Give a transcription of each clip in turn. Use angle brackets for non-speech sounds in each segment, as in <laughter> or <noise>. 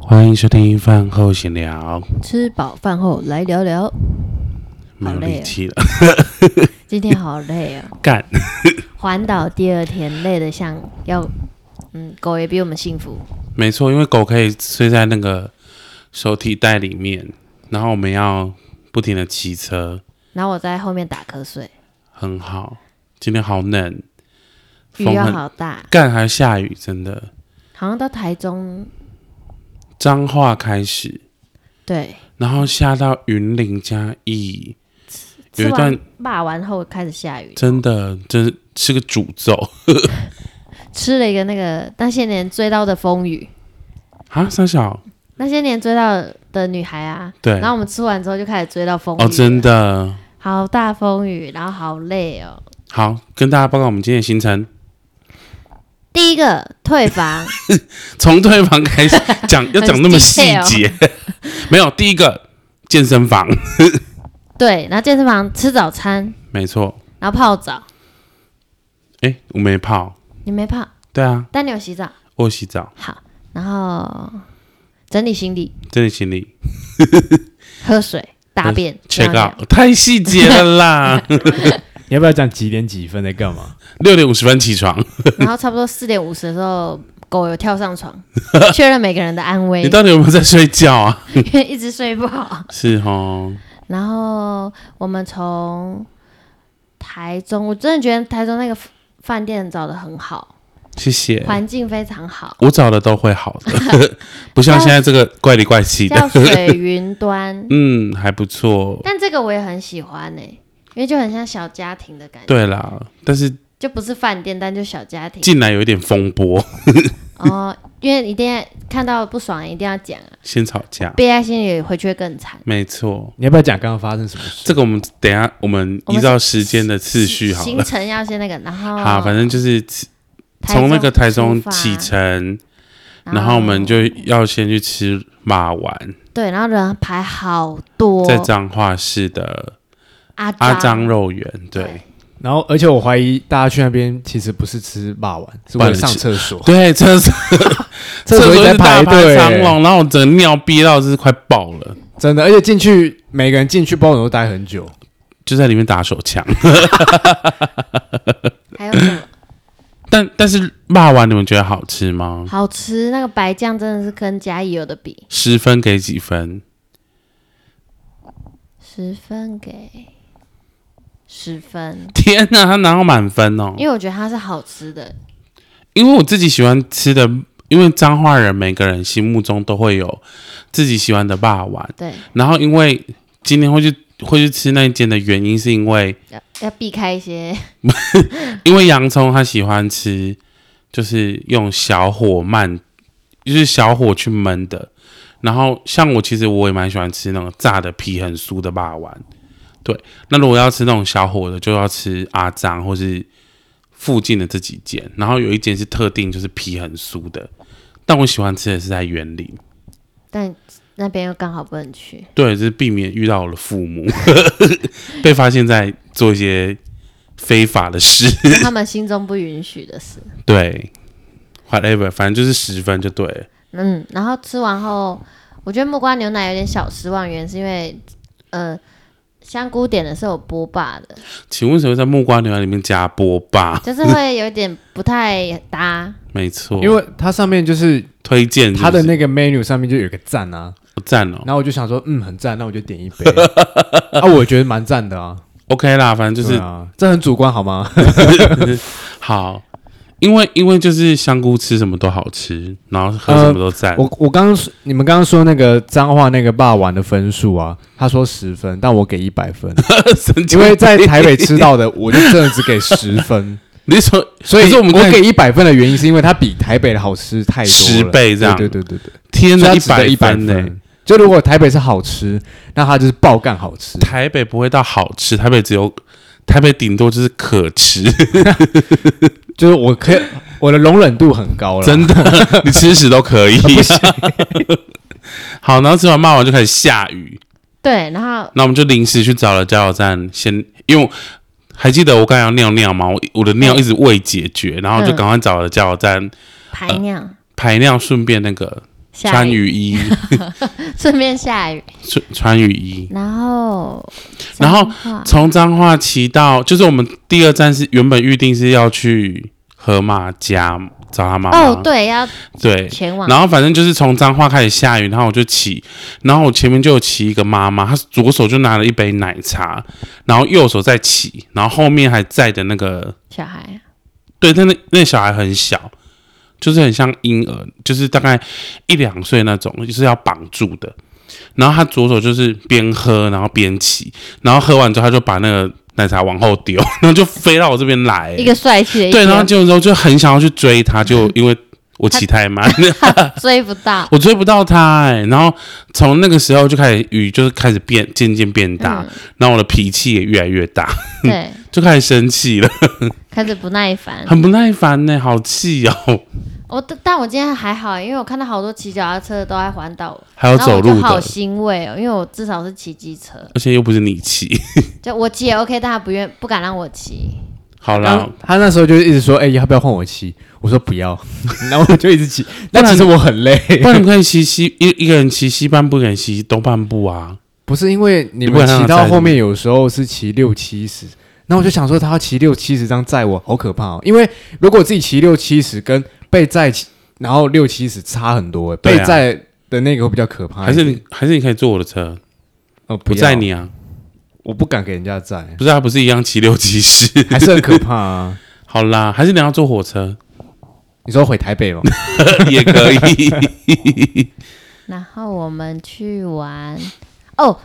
欢迎收听饭后闲聊，吃饱饭后来聊聊，没有好累力哦气了， <laughs> 今天好累啊、哦！干，环岛第二天累得像要，嗯，狗也比我们幸福。没错，因为狗可以睡在那个手提袋里面，然后我们要不停的骑车，然后我在后面打瞌睡，很好。今天好冷，雨风又很好大，干，还下雨，真的。好像到台中，彰化开始，对，然后下到云林嘉义，有吃一完段骂完后开始下雨，真的真是个诅咒吃了一个那个那些年追到的风雨，啊！三小，那些年追到的女孩啊。对然，后我们吃完之后就开始追到风雨，哦，真的好大风雨，然后好累哦。好，跟大家报告我们今天的行程。第一个 <laughs> 退房，从退房开始讲，要讲那么细节， <laughs> 没有第一个健身房，对，然后健身房吃早餐，没错，然后泡澡，哎、我没泡，你没泡，对啊，但你有洗澡，我洗澡，好，然后整理行李，整理行李喝水，大便哎，check 尿尿 out，太细节了啦，你要不要讲几点几分在干嘛？六点五十分起床， <laughs> 然后差不多四点五十的时候，狗有跳上床，确认每个人的安危你，到底有没有在睡觉啊？因为一直睡不好。是哦，然后我们从台中，我真的觉得台中那个饭店找的很好，谢谢，环境非常好，我找的都会好的， <laughs> 不像现在这个怪里怪气叫的，，水云端 <laughs> 嗯，还不错，但这个我也很喜欢呢、因为就很像小家庭的感觉，对啦，但是就不是饭店，但就小家庭。进来有一点风波，哦，因为一定要看到不爽，一定要讲啊，先吵架，憋在心里回去会更惨。没错。你要不要讲刚刚发生什么事？这个我们等一下我们依照时间的次序好行了。程要先那个，然后好，反正就是台从那个台中出发启，程，然后我们就要先去吃马丸，对，然后人排好多，在彰化市的阿阿张张肉圆，对，然后，而且我怀疑大家去那边其实不是吃霸王，是为了上厕所，对，真的是厕所一直在排队、长龙，然后我整个尿憋到就是快爆了，真的。而且进去每个人进去包容都待很久，就在里面打手枪。 <laughs> 还有什么但但是骂完你们觉得好吃吗？好吃？那个白酱真的是跟嘉义有的比，十分给几分？十分给十分，天哪，他拿到满分哦！因为我觉得它是好吃的，因为我自己喜欢吃的，因为彰化人每个人心目中都会有自己喜欢的霸丸，对，然后因为今天会去会去吃那一间的原因，是因为要要避开一些，因为洋葱他喜欢吃，就是用小火慢，就是小火去焖的。然后像我其实我也蛮喜欢吃那种炸的皮很酥的霸丸，对。那如果要吃那种小火的，就要吃阿张或是附近的这几间。然后有一间是特定就是皮很酥的，但我喜欢吃的是在园林，但那边又刚好不能 <laughs> 去，对，就是避免遇到我的父母 <laughs> 被发现在做一些非法的事。他们心中不允许的事。对，whatever，反正就是十分就对了。嗯，然后吃完后，我觉得木瓜牛奶有点小失望，原因是因为呃，香菇点的是有波霸的，请问谁会在木瓜牛奶里面加波霸？ <laughs> 就是会有点不太搭。没错，因为它上面就是推荐它的是那个 menu 上面就有一个赞啊，不是赞哦然后我就想说，嗯，很赞，那我就点一 <laughs> 杯。啊，我觉得蛮赞的啊， ，OK 啦，反正就对是啊，这很主观好吗？啊 <laughs> 好，因为因为就是香菇吃什么都好吃，然后喝什么都赞， <laughs> 我我刚 <laughs> 刚说你们刚刚说那个脏话那个霸王的分数啊，他说十分，但我给一百分， <laughs> 神经 <laughs> 因为在台北吃到的，我就真的只给十分，你是说所以 <laughs> 可是我们在给一百分的原因是因为它比台北的好吃太多了，十倍这样对对对对对，天所哪，以一它值百得一百分欸呢、分。就如果台北是好吃，那它就是爆干好吃。台北不会到好吃，台北只有台北顶多就是可吃，就是我 <laughs> 可以我的容忍度很高了，真 <laughs> 的，你吃屎都可以。不行。 <laughs> 好，然后吃完骂完就开始下雨，对，然后那我们就临时去找了加油站，先因为我还记得我刚才要尿尿嘛，我我的尿一直未解决，然后就赶快找了加油站排尿、排尿，顺便那个下穿呃雨衣，顺便下雨，穿穿雨衣。然后然后彰化从彰化骑到，就是我们第二站是原本预定是要去河马家找他妈妈。哦，对，要对前往然后反正就是从彰化开始下雨，然后我就骑，然后我前面就有骑一个妈妈，她左手就拿了一杯奶茶，然后右手在骑，然后后面还载的那个，小孩，对，但那那小孩很小，就是很像婴儿，就是大概一两岁那种，就是要绑住的。然后他左手就是边喝，然后边骑，然后喝完之后他就把那个奶茶往后丢， <laughs> 然后就飞到我这边来、欸一个嗯帅气的一对，然后天，结果之后就很想要去追他，就因为我骑太慢。 <laughs> 追不到，我追不到他、欸，然后从那个时候就开始雨就是开始变渐渐变大，嗯，然后我的脾气也越来越大，对，就开始生气了，开始不耐 <laughs> 烦。很不耐烦呢、好气哦，我但但我今天还好，因为我看到好多骑脚踏车的都在环岛，还有然后走我就路好的，欣慰哦，因为我至少是骑机车，而且又不是你 <laughs> 骑，就我骑也 OK，但他不愿不敢让我骑，好啦刚，他那时候就一直说：“哎、要不要换我骑？”我说：“不要。”然后我就一直 <laughs> 骑，但其实我很累。不然你可以骑西一一个人骑西半部，一个人骑东半部啊，不是因为你你不们能让他骑载到是后吗面，有时候是骑六七十，那我就想说他要骑六七十这样载我，好可怕哦！因为如果自己骑六七十跟被载骑，然后六七十差很多、欸，对啊被载的那个会比较可怕一还点。是你还是你可以坐我的车，哦哎不要载，你啊，我不敢给人家载，不是啊，不是一样骑六骑 <laughs> 十，还是很可 <laughs> 怕啊！好啦，还是你要坐火车你说回台北吗？ <laughs> 也可以，然后我们去玩哦，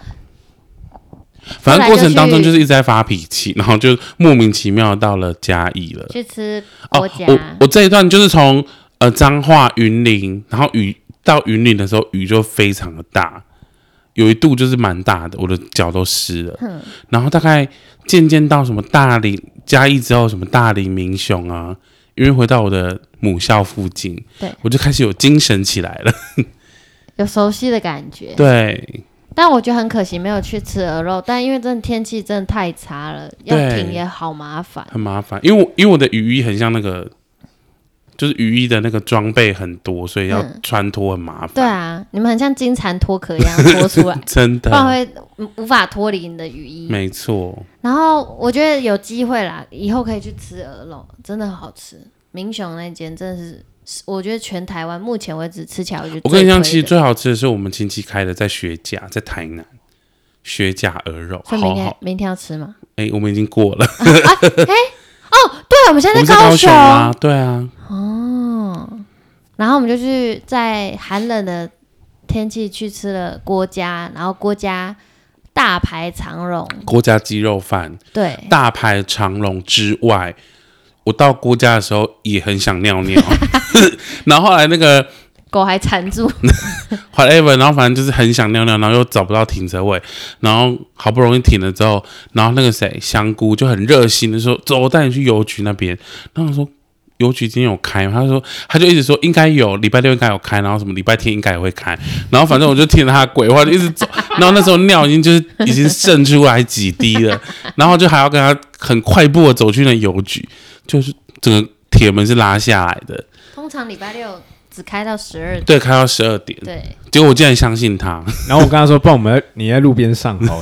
<laughs> 反正过程当后来就中去就是一直在发脾气，然后就莫名其妙地到了嘉义了。去吃国哦家，，我我这一段就是从呃彰化云林，然后雨到云林的时候，雨就非常的大，有一度就是蛮大的，我的脚都湿了。哼然后大概渐渐到什么大理嘉义之后，什么大理民雄啊，因为回到我的母校附近，对我就开始有精神起来了。有熟悉的感觉，对，但我觉得很可惜没有去吃鹅肉，但因为真的天气真的太差了，要对停也好麻烦。很麻烦，因为我因为我的雨衣很像那个。就是雨衣的那个装备很多，所以要嗯穿脱很麻烦。，对啊，你们很像金蝉脱壳一样脱出来 <laughs> 真不然的，会嗯无法脱离你的雨衣。啊没错。然后我觉得有机会啦，以后可以去吃鹅肉，真的很好吃。明雄那间真的是是，我觉得全台湾目前为止吃起来，我觉得我跟你讲，最推其实的最好吃的是我们亲戚开的，在学甲，在台南学甲鹅肉，所以明好天好。明天要吃吗？哎、我们已经过了，对，我们现我在们在在高雄啊，对啊，然后我们就去在寒冷的天气去吃了郭家，然后郭家大排长龙，郭家鸡肉饭、对，大排长龙之外，我到郭家的时候也很想尿 <laughs> 尿，然后后来那个狗还缠住， whatever，然后反正就是很想尿尿，然后又找不到停车位，然后好不容易停了之后，然后那个谁香菇就很热心的说：“走，我带你去邮局那边。”然后我说。邮局今天有开吗？他说，他就一直说应该有，礼拜六应该有开，然后什么礼拜天应该也会开，然后反正我就听着他的鬼话，就一直走，然后那时候尿已经就是已经渗出来几滴了，然后就还要跟他很快步的走去那邮局，就是整个铁门是拉下来的，通常礼拜六只开到十二点，对，开到十二点，对，结果我竟然相信他，然后我跟他说：“不然我们在你在路边上好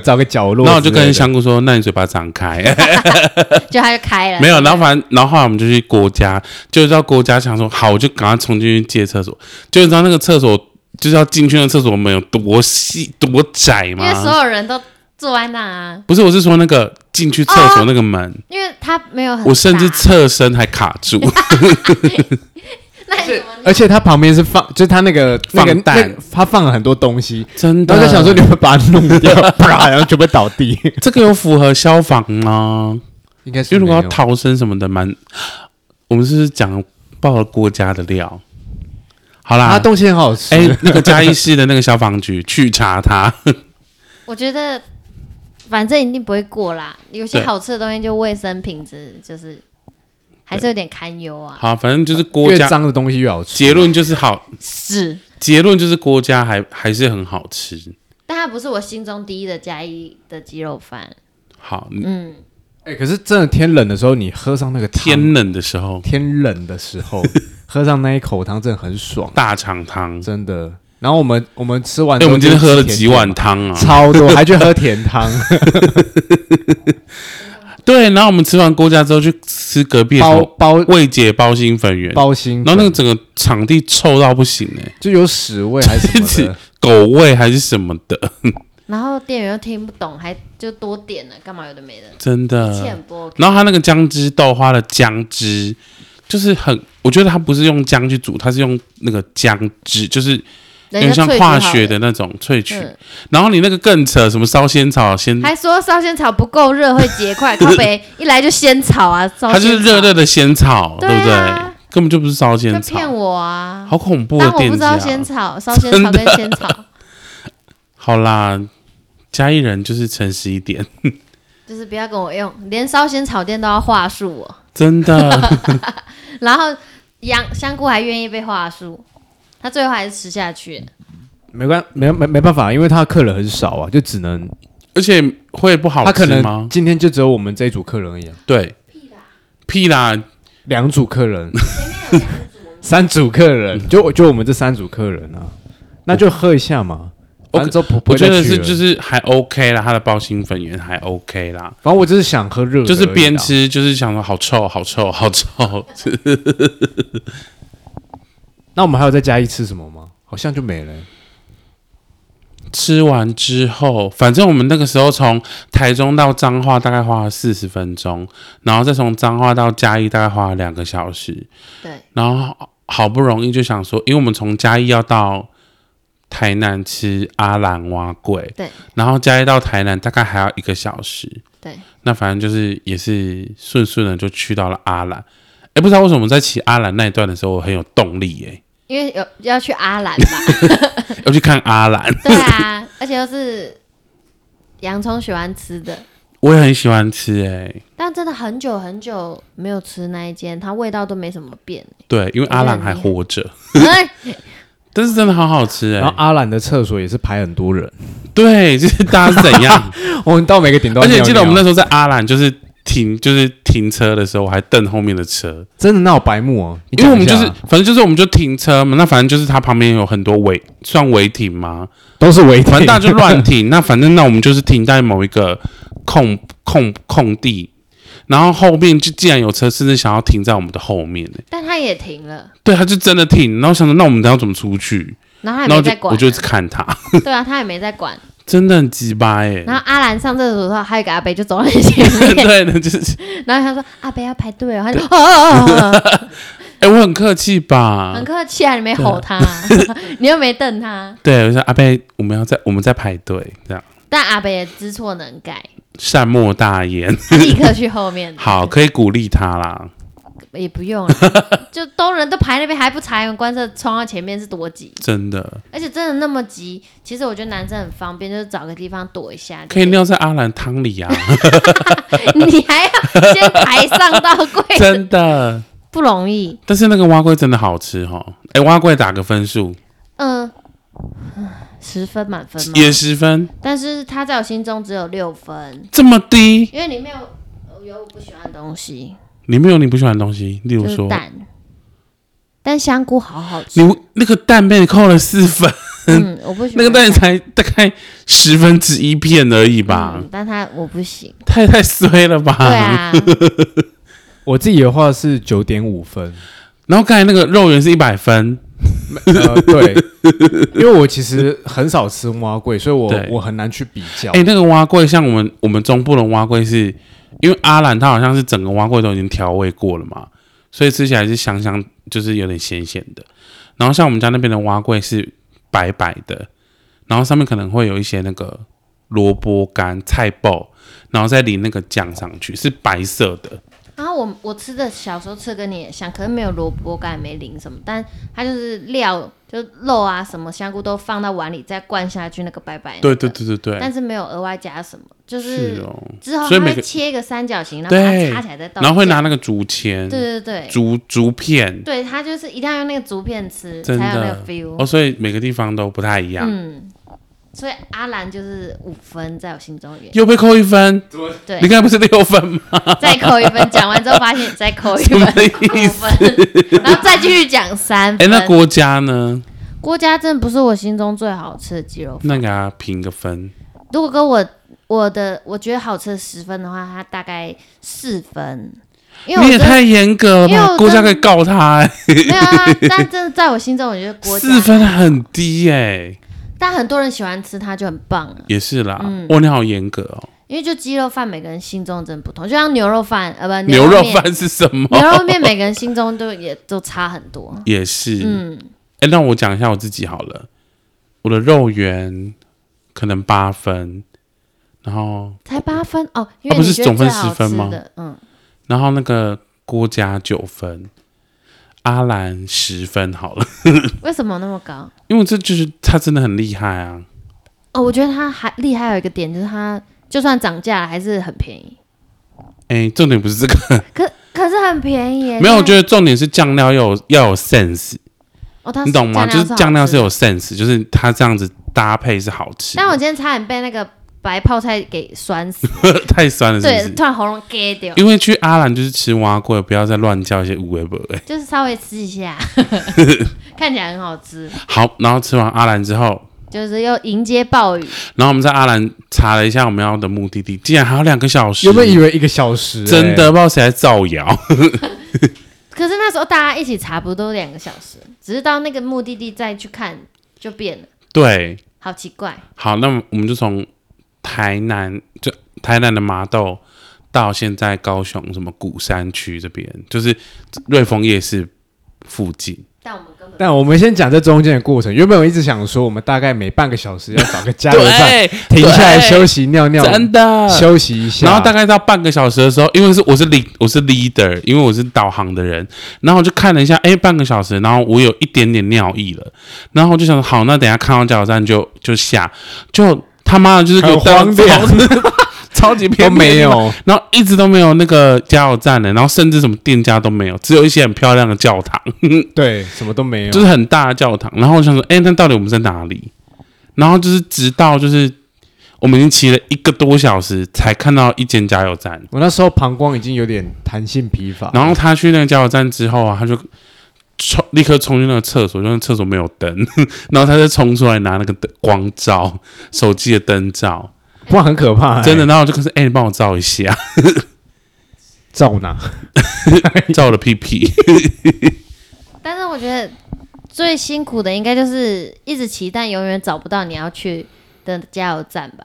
<laughs> 找个角落。”然后我就跟香菇说：“那你嘴巴张开。就他就开了，没有，然后反正，然后后来我们就去郭家，就到郭家想说，好，我就赶快冲进去借厕所。就你知道那个厕所就是要进去那个厕所门有多细多窄因为所吗？有人都坐在那啊，不是，我是说那个进去厕所那个门，因为他没有很大，我甚至侧身还卡住。那你怎么而且它旁边是放，就是它那个那个放蛋啊那个它放了很多东西，真的，然后就想说你会把它弄 <laughs> 掉，啪，然后全部倒地。这个有符合消防吗？应该因为如果要逃生什么的，蛮我们是不是讲爆了郭家的料？好它啦，东西很好吃。哎、那个嘉义市的那个消防局去查他。我觉得反正一定不会过啦。有些对好吃的东西就卫生品质就是还是有点堪忧啊。好，反正就是郭越家，脏的东西越好吃。结论就是好，是，结论就是郭家还还是很好吃。但它不是我心中第一的加一的鸡肉饭。好，嗯，哎、可是真的天冷的时候，你喝上那个汤天冷的时候，天冷的时候喝上那一口汤真的很爽，大肠汤。真的。然后我们我们吃完哎、之我后们就今去天喝甜点嘛，了几碗汤啊？超多，还去喝 <laughs> 甜汤，对，然后我们吃完郭家之后去吃隔壁的什包么包味姐包心粉圆，包心然粉，后那个整个场地臭到不行哎、就有屎味还是什么的，狗味还是什么的，然后店员又听不懂，还就多点了，干嘛有的没的，真一切的。很不 OK。然后它那个姜汁豆花的姜汁，就是很，我觉得它不是用姜去煮，它是用那个姜汁，就是有人点家像萃取化好学了，的那种萃取。嗯，然后你那个更扯，什么烧仙草仙，还说烧仙草不够热会结 <laughs> 块，靠北一来就仙草啊，烧它就是仙热草热的仙草，对不对啊？根本就不是烧仙就草，骗我啊！好恐怖的当我不店知家道仙哦。草、烧仙草跟仙草，好啦，嘉义人就是诚实一点， <laughs> 就是不要跟我用，连烧仙草店都要话术我，真 <laughs> 的。然后香香菇还愿意被话术，他最后还是吃下去嗯了。没关没没没办法，因为他的客人很少啊，就只能而且会不好他可吃吗能？今天就只有我们这一组客人而已、啊，对，屁啦， <laughs> 两组客人，三组客嗯人，就就我们这三组客人啊，那就喝一下嘛。我反正都不不我会再觉得去是了就是还 OK 啦，它的包心粉圆还 OK 啦，反正我只是想喝热的而已就啊，是边吃就是想说好臭好臭好臭，那我们还有在嘉义吃什么吗？好像就没了欸、吃完之后，反正我们那个时候从台中到彰化大概花了四十分钟，然后再从彰化到嘉义大概花了两个小时，对，然后好好不容易就想说，因为我们从嘉义要到台南吃阿兰蛙贵，对，然后嘉义到台南大概还要一个小时，对，那反正就是也是顺顺的就去到了阿兰。哎，不知道为什么在骑阿兰那一段的时候，我很有动力耶、因为有要去阿兰吧？要去看阿兰。对啊，而且又是洋葱喜欢吃的，我也很喜欢吃哎、但真的很久很久没有吃那一间，它味道都没怎么变。对，因为阿兰我觉得很还厉害活着，哎但是真的好好吃哎、然后阿兰的厕所也是排很多人，对，就是大家是怎 <laughs> 样？我们到每个点都要而且尿记得我们那尿时候在阿兰就是停，就是停车的时候，我还瞪后面的车，真的闹白目哦、你因为我们讲一就下是反正就是我们就停车嘛，那反正就是它旁边有很多违算违停 <laughs> 吗？都是违停，反正大家就乱停。那反正那我们就是停在某一个空空空地，然后后面就既然有车，甚至想要停在我们的后面、欸、但它也停了，对，他就真的停。然后想说，那我们等下怎么出去？然后他然后也没就在管我啊，就一直看他，对啊，他也没在管。真的很鸡巴哎。然后阿兰上厕所的时候，还有一个阿北就走到你前面， <laughs> 对的，就是然后他说：“阿北要排队哦。”他就哦哦哦哎、我很客气哦，吧很？客气啊，你没吼他，你又没瞪他。对，我说阿贝，我们要在我们在排队，这样但阿北也知错能改，善莫大焉。他立刻去后面。好，，可以鼓励他啦。也不用了，就都人都排那边还不察言观色，冲到前面是多急，真的而且真的那么急。其实我觉得男生很方便，就是找个地方躲一下。可以 <laughs> 尿在阿兰汤里啊，你还要先排上到柜 <laughs> 子，真的。不容易。但是那个蛙龟真的好吃哈！哎、蛙龟打个分数，嗯，十分满分吗？也十分，但是他在我心中只有六分，这么低，因为里面有有我不喜欢的东西，里面有你不喜欢的东西，例就如是说，蛋。但香菇好好吃，你那个蛋被你扣了四分，嗯，我不喜那欢个蛋才大概十分之一片而已吧，嗯但它我不行。太太衰了吧？对啊， <laughs> 我自己的话是九点五分，然后刚才那个肉圆是一百分，呃， <laughs> 对，因为我其实很少吃蛙贵，所以我对我很难去比较。哎、那个蛙龟像我们我们中部的蛙龟是，因为阿兰它好像是整个蛙龟都已经调味过了嘛，所以吃起来是香香，就是有点咸咸的。然后像我们家那边的蛙龟是白白的，然后上面可能会有一些那个萝卜干、菜爆，然后再淋那个酱上去，是白色的。然后我我吃的小时候吃的跟你也像，可是没有萝卜干，没淋什么，但它就是料，就是肉啊什么香菇都放到碗里，再灌下去那个白白、那对个对对对对，但是没有额外加什么，就是是哦。之后所以它每会个切一个三角形，然后把对它插起来再倒酱，然后会拿那个竹签、对对对竹竹片对，它就是一定要用那个竹片吃，真才的哦有那个 feel。哦，所以每个地方都不太一样。嗯，所以阿兰就是五分，在我心中也又被扣一分。对你，刚才不是六分吗？再扣一分。讲完之后发现再扣一什分，么意五思分，然后再继续讲三 <laughs> 哎、分。那郭嘉呢？郭家真的不是我心中最好吃的鸡肉饭。那给他评个分，如果跟我我的我觉得好吃的十分的话，它大概四分，因为你我也真的太严格了因为吧？我真郭嘉可以告他、哎没有啊。 <laughs> 但真的在我心中，我觉得郭家四分很低哎、但很多人喜欢吃它就很棒啊，也是啦。哇，你好严格哦。因为就鸡肉饭每个人心中真的不同，就像牛肉饭呃不牛肉面嗯饭是什么？牛肉面每个人心中都也都差很多。也是。嗯，哎、那我讲一下我自己好了。我的肉圆可能八分，然后才八分哦，因为啊不你是觉得总分最好10分吃吗的？嗯，然后那个郭嘉九分，阿兰十分好了，为什么那么高？因为这就是他真的很厉害啊。哦，我觉得它还厉害有一个点就是它就算涨价了还是很便宜，哎、重点不是这个，可可是很便宜耶。没有，我现觉在得重点是酱料要有要有 sense，哎哦，它你懂吗？就是酱料是好有 sense，就是它这样子搭配是好吃的。吃的，但我今天差点被那个白泡菜给酸死， <laughs> 太酸了，是不对，是？突然喉咙 g 掉，因为去阿兰就是吃蛙贵，不要再乱叫一些无为不为。就是稍微吃一下，看起来很好吃， <laughs> 好，然后吃完阿兰之后，就是又迎接暴雨，然后我们在阿兰查了一下我们要的目的地，竟然还有两个小时，有没有以为一个小时、欸真的，不知道谁在造谣。 <laughs> 可是那时候大家一起查不都两个小时，只是到那个目的地再去看就变了，对，好奇怪。好，那我们就从台南，就台南的麻豆到现在高雄什么鼓山区这边，就是瑞丰夜市附近。但我们根本但我们先讲这中间的过程。原本我一直想说，我们大概每半个小时要找个加油站，停下来休息尿尿，真的。休息一下。然后大概到半个小时的时候，因为是我是 lead 我是 leader，因为我是导航的人，然后我就看了一下，哎，半个小时，然后我有一点点尿意了，然后我就想，好，那等一下看到加油站就就下，就他妈的就是给我很带到荒凉超级超级都偏僻的没地方有，然后一直都没有那个加油站的，然后甚至什么店家都没有，只有一些很漂亮的教堂， <laughs> 对，什么都没有，就是很大的教堂。然后我想说，哎，那到底我们在哪里？然后就是直到就是我们已经骑了一个多小时，才看到一间加油站。我那时候膀胱已经有点弹性疲乏，然后他去那个加油站之后啊，他就冲立刻冲去那个厕所，因为厕所没有灯， <laughs> 然后他就冲出来拿那个灯光照，手机的灯照，不然很可怕、欸，真的。然后我就跟说，哎、你帮我照一下，照哪？照我的屁屁。但是我觉得最辛苦的应该就是一直骑，但永远找不到你要去的加油站吧。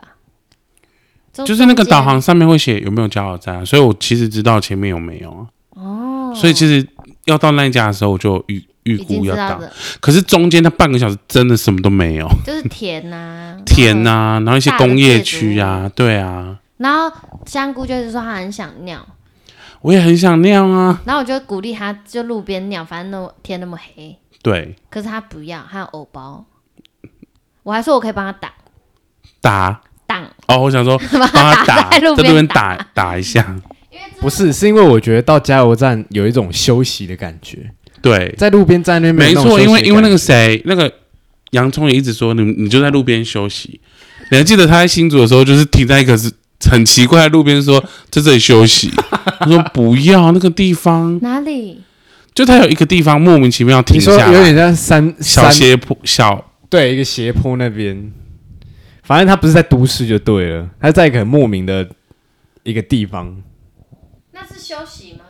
中就是那个导中航上面会写有没有加油站，啊所以我其实知道前面有没有啊。哦，所以其实要到那一家的时候，我就有预预间已经估要知道到，的，可是中间那半个小时真的什么都没有，就是田 <laughs> 呐、田然后啊，然后一些嗯大的工业建筑区啊，对啊，然后香菇就是说他很想尿，我也很想那样啊，然后我就鼓励他就路边尿，反正那么天那么黑，对，可是他不要，他有偶包。我还说我可以帮他挡打挡，哦，我想说帮帮 <laughs> 他打，在在路路边边打打一下，不是，是因为我觉得到加油站有一种休息的感觉，对，在路边站那边没有那种错，休息因的为因为那个感觉谁，那个洋葱也一直说你你就在路边休息。你还记得他在新竹的时候，就是停在一个是很奇怪的路边说在这里休息，他说不要那个地方，哪里？就他有一个地方莫名其妙停你说下有来，点像山小山斜坡小，对一个斜坡那边，反正它不是在都市就对了，它在一个很莫名的一个地方，那是休息吗？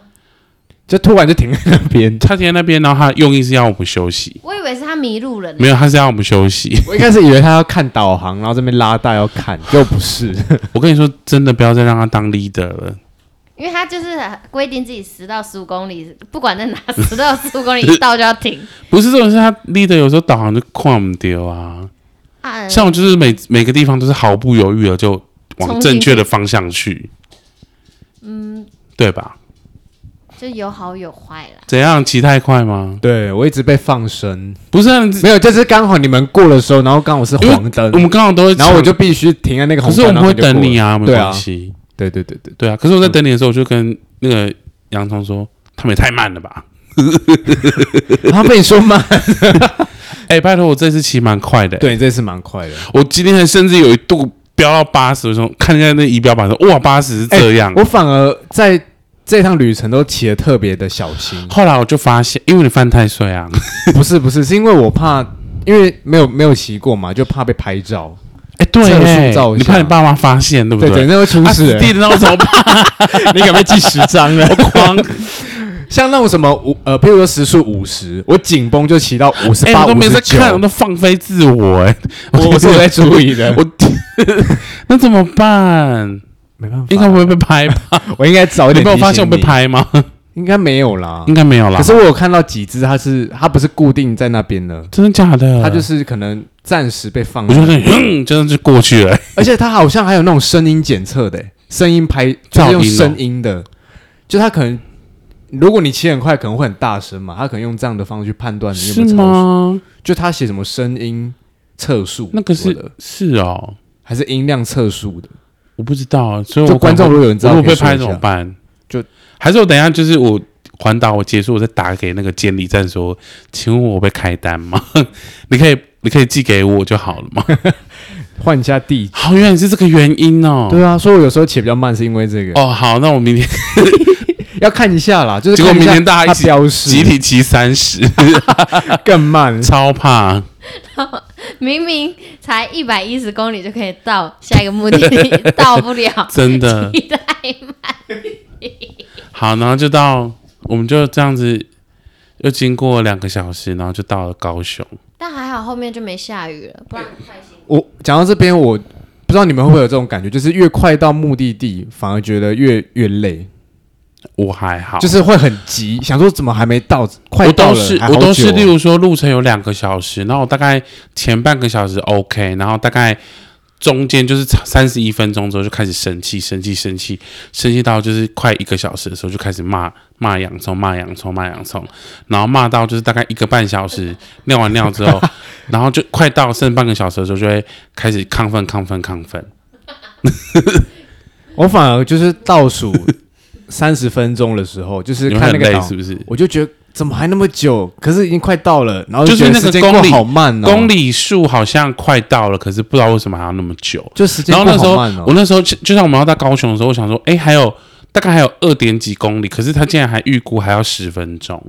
就突然就停在那 <laughs> 边。他停在那边，然后他的用意是要我们休息，我以为是他迷路了呢。没有，他是要我们休息。我一开始以为他要看导航，然后这边拉大要看，又 <laughs> 不是。我跟你说，真的不要再让他当 leader 了。因为他就是规定自己十到十五公里，不管在哪，十到十五公里一到就要停。不是这种事，他 leader 有时候导航就看我们丢啊。啊， <laughs> 像我就是每每个地方都是毫不犹豫的就往正确的方向去，嗯，对吧？就有好有坏啦。怎样骑太快吗？对我一直被放生，不是、啊，你没有，就是刚好你们过的时候，然后刚好是黄灯我，们刚好都会抢，然后我就必须停在那个可红是灯。我们会然后等你啊，没对啊关系，就过了。对对对对，对啊。可是我在等你的时候，我就跟那个洋 <laughs> 葱说，他们也太慢了吧。对然后被你说慢，哎、拜托，我这次骑蛮快的、， <laughs> 欸对，这次蛮快的。我今天甚至有一度飙到八十，我说看一下那仪表板说，哇，八十是 <laughs> 这样。，哎我反而在这趟旅程都骑得特别的小心 <laughs> 后来我就发现，因为你犯太岁 <laughs> 啊，不是不是，是因为我怕，因为没有没有骑过嘛，就怕被拍照，哎、对、测欸速照一你下怕你爸妈发现，对不对对，对？那会出啊事死欸。定了，那我怎么办？ <laughs> 你敢被记十张了？狂像那种什么五呃，譬如说时速五十，我紧绷就骑到五十哎、八、我都五没十在九，看，我都放飞自我、哎，我我是有在注意的，我 <laughs> 那怎么办？没办法，应该不会被拍吧？我应该早一你啊点。没 <laughs> 有发现我被？拍吗？应该没有啦。应该没有啦可。是我有看到几只，它是它不是固定在那边的，真的假的？它就是可能暂时被嗯放我就着，是哼，嗯真的就过去了、欸而且它好像还有那种声音检测的、声音拍哦就是用声音的，就它可能如果你骑很快，可能会很大声嘛，它可能用这样的方式去判断你有没是有超速。吗？就它写什么声音测速，那个的是是哦，还是音量测速的？我不知道，所以我就观众如果有人知道，如果被可以说拍一下怎么？办？就还是我等一下就是我环岛我结束，我再打给那个监理站说，请问我被开单吗？ <laughs> 你可以你可以寄给我就好了 <laughs> 嘛。换一下地址。好，原来是这个原因哦。对啊，所以我有时候骑比较慢是因为这个，哦，好，那我明天要看一下啦，就是结果看一下明天大家一起它标示集体骑三 <laughs> 十，更慢，超怕。明明才一百一十公里就可以到下一个目的地，到不了，真的期待好，然后就到，我们就这样子，又经过两个小时，然后就到了高雄。但还好后面就没下雨了，不然太辛苦。我讲到这边，我不知道你们会不会有这种感觉，就是越快到目的地，反而觉得越越累，我还好，就是会很急，想说怎么还没到，快我到都了，是还好我都是，久哦例如说路程有两个小时，然后我大概前半个小时哦 OK，然后大概中间就是三十一分钟之后就开始生气，生气，生气，生气到就是快一个小时的时候就开始骂骂洋葱，骂洋葱，骂洋葱，然后骂到就是大概一个半小时 <laughs> 尿完尿之 <laughs> 后，然后就快到剩半个小时的时候就会开始亢奋，亢奋，亢奋。我反而就是 <laughs> 倒数三十分钟的时候，就是你会看那很个累岛是，不是？我就觉得怎么还那么久，可是已经快到了，然后就是觉得那个时间公过里好慢哦，公里数好像快到了，可是不知道为什么还要那么久。就时间然后过那时候好慢哦，我那时候就就像我们要到高雄的时候，我想说，哎、还有大概还有二点几公里，可是他竟然还预估还要十分钟，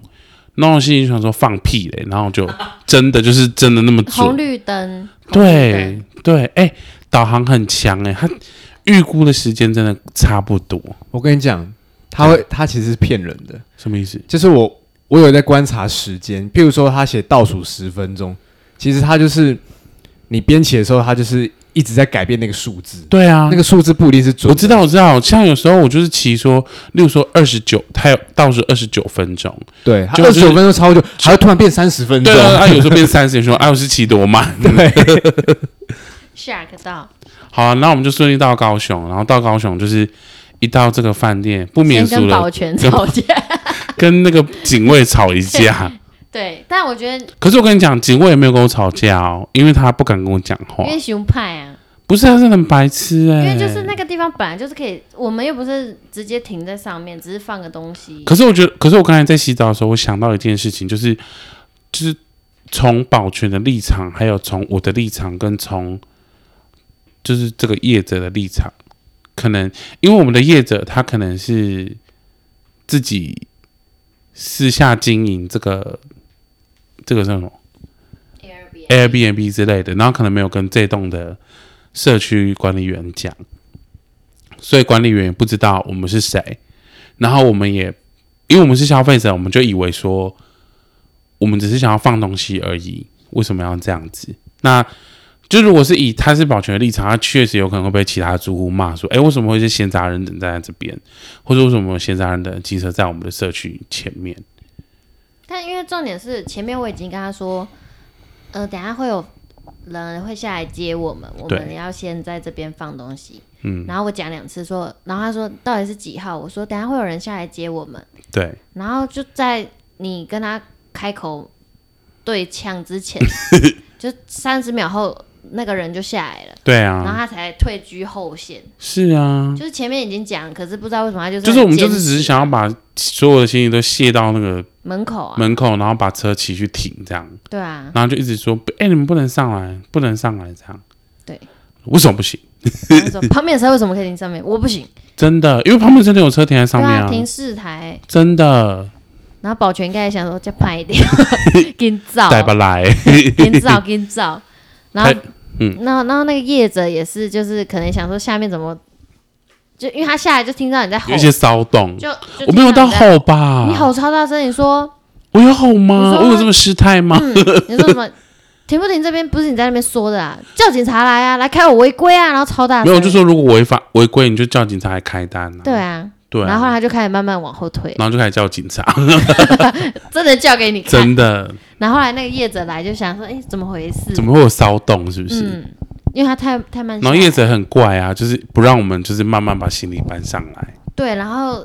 那我心里就想说放屁嘞，然后就真的就是真的那么红哦准，绿灯，对对，哎、导航很强哎、他预估的时间真的差不多，我跟你讲，他会他其实是骗人的，什么意思？就是我我有在观察时间，譬如说他写倒数十分钟，其实他就是你编写的时候，他就是一直在改变那个数字，对啊那，个数字不一定是准的。我知道我知道，像有时候我就是骑说，例如说二十九，他有倒数二十九分钟，对，他就二是十九分钟超久，还会突然变三十分钟对。啊，他有时候变三十，说哎，我是骑多慢。吓个到，好、啊，那我们就顺利到高雄，然后到高雄就是一到这个饭店，不免先俗跟保了，全吵架。跟那个警卫吵一 <laughs> 架。对，但我觉得可是我跟你讲，警卫也没有跟我吵架哦，因为他不敢跟我讲话因。为熊派啊，不是，他是很白痴哎、因为就是那个地方本来就是可以，我们又不是直接停在上面，只是放个东西。可是我觉得，可是我刚才在洗澡的时候，我想到一件事情，就是就是从保全的立场，还有从我的立场，跟从就是这个业者的立场，可能因为我们的业者他可能是自己私下经营这个这个叫什么 Airbnb Airbnb 之类的，然后可能没有跟这栋的社区管理员讲，所以管理员也不知道我们是谁，然后我们也因为我们是消费者，我们就以为说我们只是想要放东西而已，为什么要这样子？那就如果是以他是保全的立场，他确实有可能会被其他住户骂说：“哎、为什么会是闲杂人等站在这边，或者为什么有闲杂人等的机车在我们的社区前面但因为重点是前面我已经跟他说，呃，等一下会有人会下来接我们，我对们要先在这边放东西。嗯，然后我讲两次说，然后他说到底是几号？我说等一下会有人下来接我们，？”对，然后就在你跟他开口对呛之 <laughs> 前，就三十秒后那个人就下来了，对然后啊，他才退居后线。是啊，就是前面已经讲，可是不知道为什么他就是就就是我们就是只是想要把所有的心情都卸到那个门口啊，门口，然后把车骑去停这样，对啊，然后就一直说，哎、你们不能上来，不能上来这样。对，为什么不行？然后说旁边的车为什么可以停上面？我不行，真的，因为旁边真的有车停在上对面啊，停四台，真的，然后保全盖想说再拍 <laughs> 一点，紧造，带不来。 <laughs> 紧 <laughs> 造，紧造，然后太嗯，然后然后那个业者也是，就是可能想说下面怎么，就因为他下来就听到你在吼有一，些骚动，就就我没有听到你在，吼啊吧？你吼超大声，你说 <laughs> 我有吼你吗？说我有这么失态吗？你说什么？停不停这边不是你在那边说的啊，叫警察来啊，来开我违规啊，然后超大声，没有，我就说如果违法违规，你就叫警察来开单啊。对啊，对啊，然后他就开始慢慢往后退，然后就开始叫警察， <laughs> 真的叫给你看。真的，然后后来那个业者来就想说，哎，怎么回事？怎么会有骚动？是不是？嗯，因为他太太慢然下来，后业者很怪啊，就是不让我们就是慢慢把行李搬上来。对，然后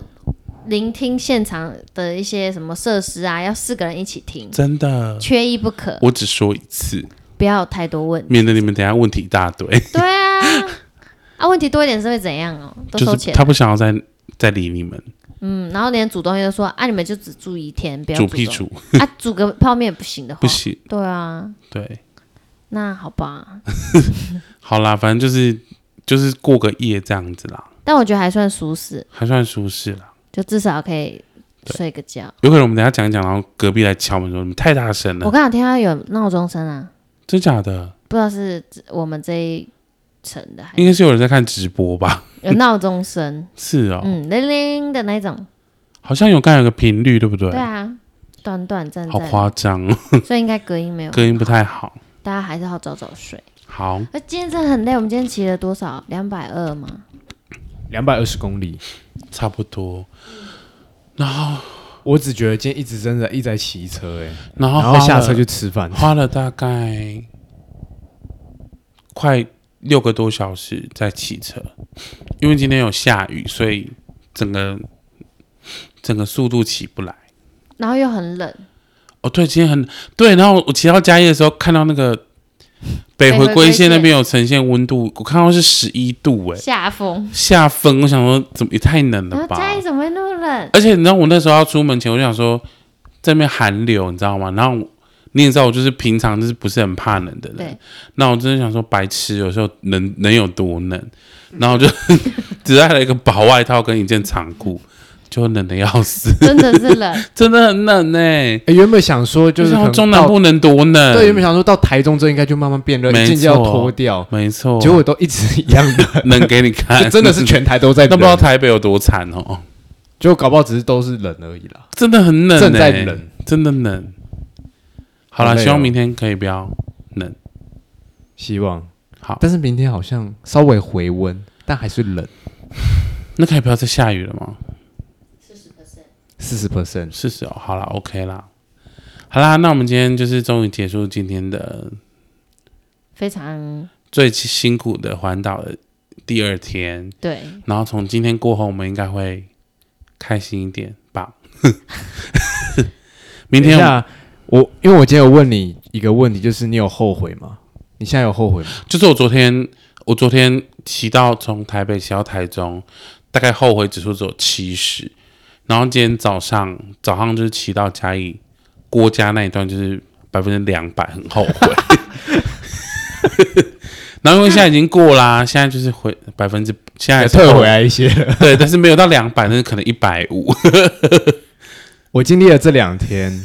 聆听现场的一些什么设施啊，要四个人一起听，真的，缺一不可，我只说一次，不要有太多问题。免得你们等一下问题一大堆。对啊，啊，问题多一点是会怎样哦？都收就是钱，他不想要再再理你们，嗯，然后连煮东西都说啊，你们就只住一天，不要煮东屁煮 <laughs> 啊，煮个泡面也不行的话，不行。对啊，对，那好吧，好啦，反正就是就是过个夜这样子啦，但我觉得还算舒适，还算舒适啦。就至少可以睡个觉。有可能我们等一下讲一讲，然后隔壁来敲门说你们太大声我了，刚好听到有闹钟声啊，真假的？不知道是我们这一层的还应是该是有人在看直播吧？有闹钟声，是哦，嗯，铃铃的那种。好像有刚有个频率，对不对？对啊，短短暂好暂，夸张哦，所以应该隔音没有，隔音不太好。大家还是好早早睡。好，那今天真的很累，我们今天骑了多少？两百二吗？两百二十公里，差不多。我只觉得今天一直真的一直在骑车哎、然后然花后下了车就吃饭，花了大概快六个多小时在骑车，因为今天有下雨，所以整个整个速度起不来。然后又很冷，哦，对，今天很对。然后我骑到嘉义的时候，看到那个北回归线那边有呈现温度，我看到是十一度、哎，下风。下风。我想说，怎么也太冷然了后吧？嘉义怎么会那么冷？而且你知道我那时候要出门前，我就想说这边寒流，你知道吗？然后你也知道我就是平常就是不是很怕冷的人对，那我真的想说白痴，有时候能能有多冷？然后我就 <laughs> 只带了一个薄外套跟一件长裤，就冷的要 <laughs> 死，真的是 <laughs> 冷，真的很冷呢、哎、原本想说就就是可是能中南到，部能多冷？对，原本想说到台中这应该就慢慢变热，没一件件要错哦脱掉，没错，结果都一直一样的，冷给你就看， <laughs> 真的是全台都在哎 <laughs> 那不知道冷，台北有多惨哦，就搞不好只是都是冷而已啦，真的很冷、欸，正在冷。真的冷。好了，好累哦希望明天可以不要冷。希望。好，但是明天好像稍微回温，但还是冷那可以不要再下雨了吗？四十 percent。是是哦，好啦 o、k 啦，好啦，那我们今天就是终于结束今天的非常最辛苦的环岛的第二天，对，然后从今天过后，我们应该会开心一点吧。 <laughs> 明天我们等一下，啊我因为我今天有问你一个问题，就是你有后悔吗？你现在有后悔吗？就是我昨天，我昨天骑到从台北骑到台中，大概后悔指数只有七十，然后今天早上早上就是骑到嘉义郭家那一段，就是百分之两百，很后悔。 <laughs> 然后因为现在已经过啦、现在就是回百分之现在还还是退哎后回，来啊一些 <laughs> 了。对，但是没有到两百，但是可能一百五。我经历了这 <laughs> 两天，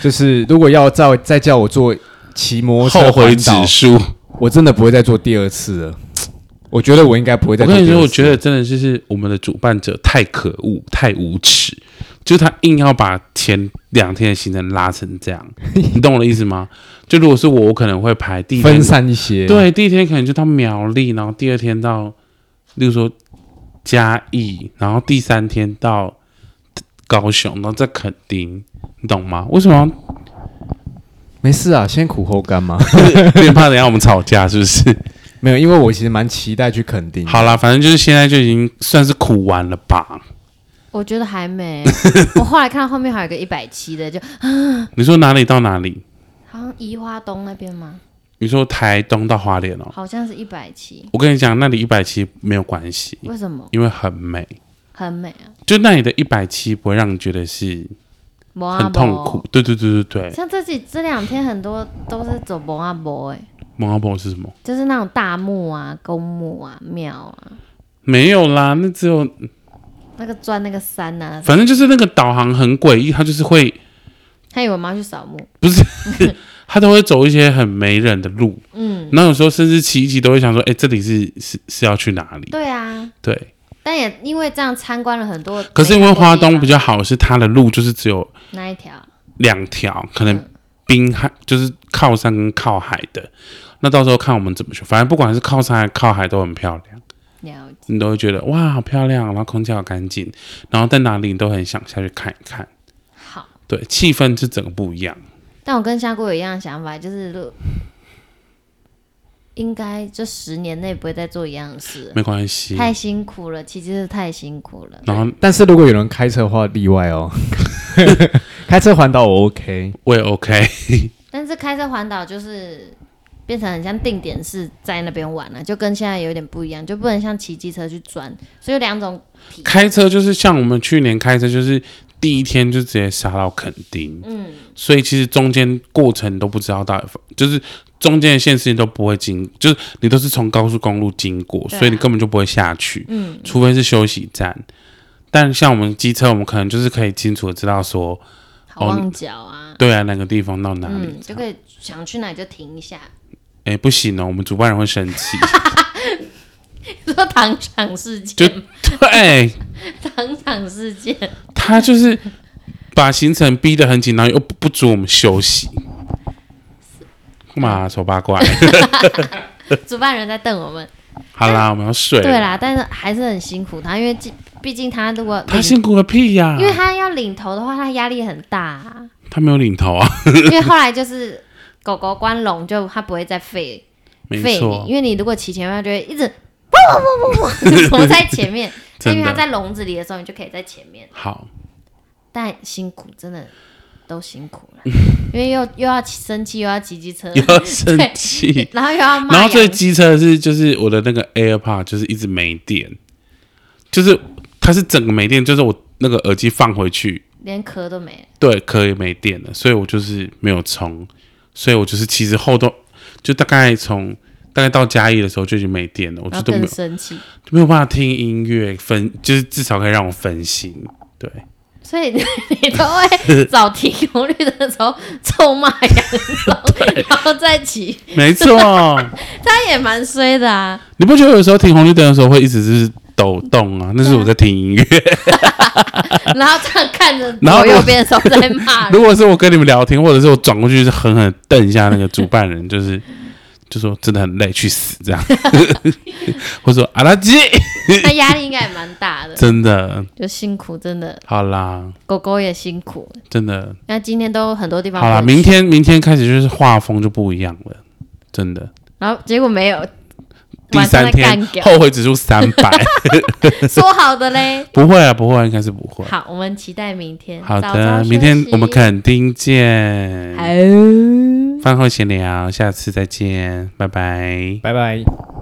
就是如果要再再叫我做骑摩托车后悔环指岛，数，我真的不会再做第二次了。我觉得我应该不会再我做跟第你二次。说，我觉得真的就是我们的主办者太可恶、太无耻，就是他硬要把前两天的行程拉成这样，你懂我的意思吗？就如果是我，我可能会排第一天分，散一些。，对，第一天可能就到苗栗，然后第二天到，例如说嘉义，然后第三天到高雄，然后再垦丁，你懂吗？为什么没事啊，先苦后甘嘛。要有点 <laughs> 怕等一下我们吵架？是不是？ <laughs> 没有，因为我其实蛮期待去垦丁。好啦，反正就是现在就已经算是苦完了吧？我觉得还 <laughs> 没。我后来看到后面还有一个一百七的，就你说哪里到哪里？好像宜花东那边吗？你说台东到花莲哦，好像是一百七，我跟你讲，那里一百七没有关系，为什么？因为很美。很美啊，就那里的一百七不会让你觉得是摩阿很痛苦。。对对对对对，像这几这两天很多都是走摩阿摩，哎，蒙阿波是什么？就是那种大墓啊、公墓啊、庙啊，没有啦，那只有那个钻那个山呐、啊，反正就是那个导航很诡异，它就是会他以为我们要去扫墓。它都会走一些很没人的路，嗯，然后有时候甚至骑一骑都会想说，哎、这里是是是要去哪里？对啊，对。但也因为这样参观了很多。可是因为花东比较较好，是它的路就是只有那一条，两条，可能嗯滨海就是靠山跟靠海的。那到时候看我们怎么去，反正不管是靠山还是靠海都很漂亮，了解。你都会觉得哇好漂亮，然后空气好干净，然后在哪里你都很想下去看一看。好，对，气氛是整个不一样。但我跟香菇有一样的想法，就是如应该这十年内不会再做一样的事了，没关系。太辛苦了，其实是太辛苦了。然后但是如果有人开车的话，例 <laughs> 外哦。开车环岛我 OK，我也 OK，但是开车环岛就是变成很像定点式在那边玩了、啊就跟现在有点不一样，就不能像骑机车去转，所以有两种体验开车就是像我们去年开车，就是第一天就直接杀到垦丁，嗯，所以其实中间过程都不知道到底发，就是中间的县市你都不会经，就是你都是从高速公路经过，对啊所以你根本就不会下去，嗯，除非是休息站。但像我们机车，我们可能就是可以清楚的知道说，好望角啊，对啊，哪个地方到哦哪里嗯，。就可以想去哪里就停一下， <laughs> 哎、不行哦，我们主办人会生气。说糖厂事就件，对，糖厂事件，哎 <laughs> 他就是把行程逼得很紧，然后又不不准我们休息。干嘛、手八卦？主办人在瞪我们。好啦，我们要睡。对，啦，但是还是很辛苦他，因为既毕竟他如果他领辛苦啊个屁呀、因为他要领头的话，他压力很大啊、 <laughs> 他没有领头 <laughs> 啊，因为后来就是狗狗关笼，就它不会再吠没吠错你，，因为你如果骑前面，它就会一直汪汪汪汪汪躲在前 <laughs> 面。但因真为它的在笼子里的时候，你就可以在前面。好。 <laughs> 但辛苦，真的都辛苦了，因为又又要骑生气，又要骑机车，又要生气。然后又要骂然后羊，最机车的是，就是我的那个 AirPod 就是一直没电，就是它是整个没电，就是我那个耳机放回去，连壳都没了。对，壳也没电了，所以我就是没有充，所以我就是其实后头就大概从大概到嘉义的时候就已经没电了，我然就后都没更有生气，没有办法听音乐分，就是至少可以让我分心，对，所以你你都会找停红绿灯的时候臭骂杨总，然后再 <laughs> 骑，没 <laughs> 错。他也蛮衰的啊。你不觉得有时候停红绿灯的时候会一直是抖动啊？那是我在听音乐。 <laughs> 然后这样看着啊然后左右边的时候在骂人，如果是我跟你们聊天，或者是我转过去是狠狠瞪一下那个主办人，就是就说真的很累，去死这样， <laughs> 或者说阿拉基，那压力应该也蛮大的，真的就辛苦，真的，好啦，狗狗也辛苦。真的那今天都很多地方好啦，不能去明，天明天开始就是画风就不一样了，真的。然后结果没有，第三晚天上在干屌后悔指数三百， <laughs> 说好的嘞。不会啊，不会啊，应该是不会。好，我们期待明天。好早早的，休息明天我们肯定见，好饭后闲聊，下次再见，拜拜。拜拜。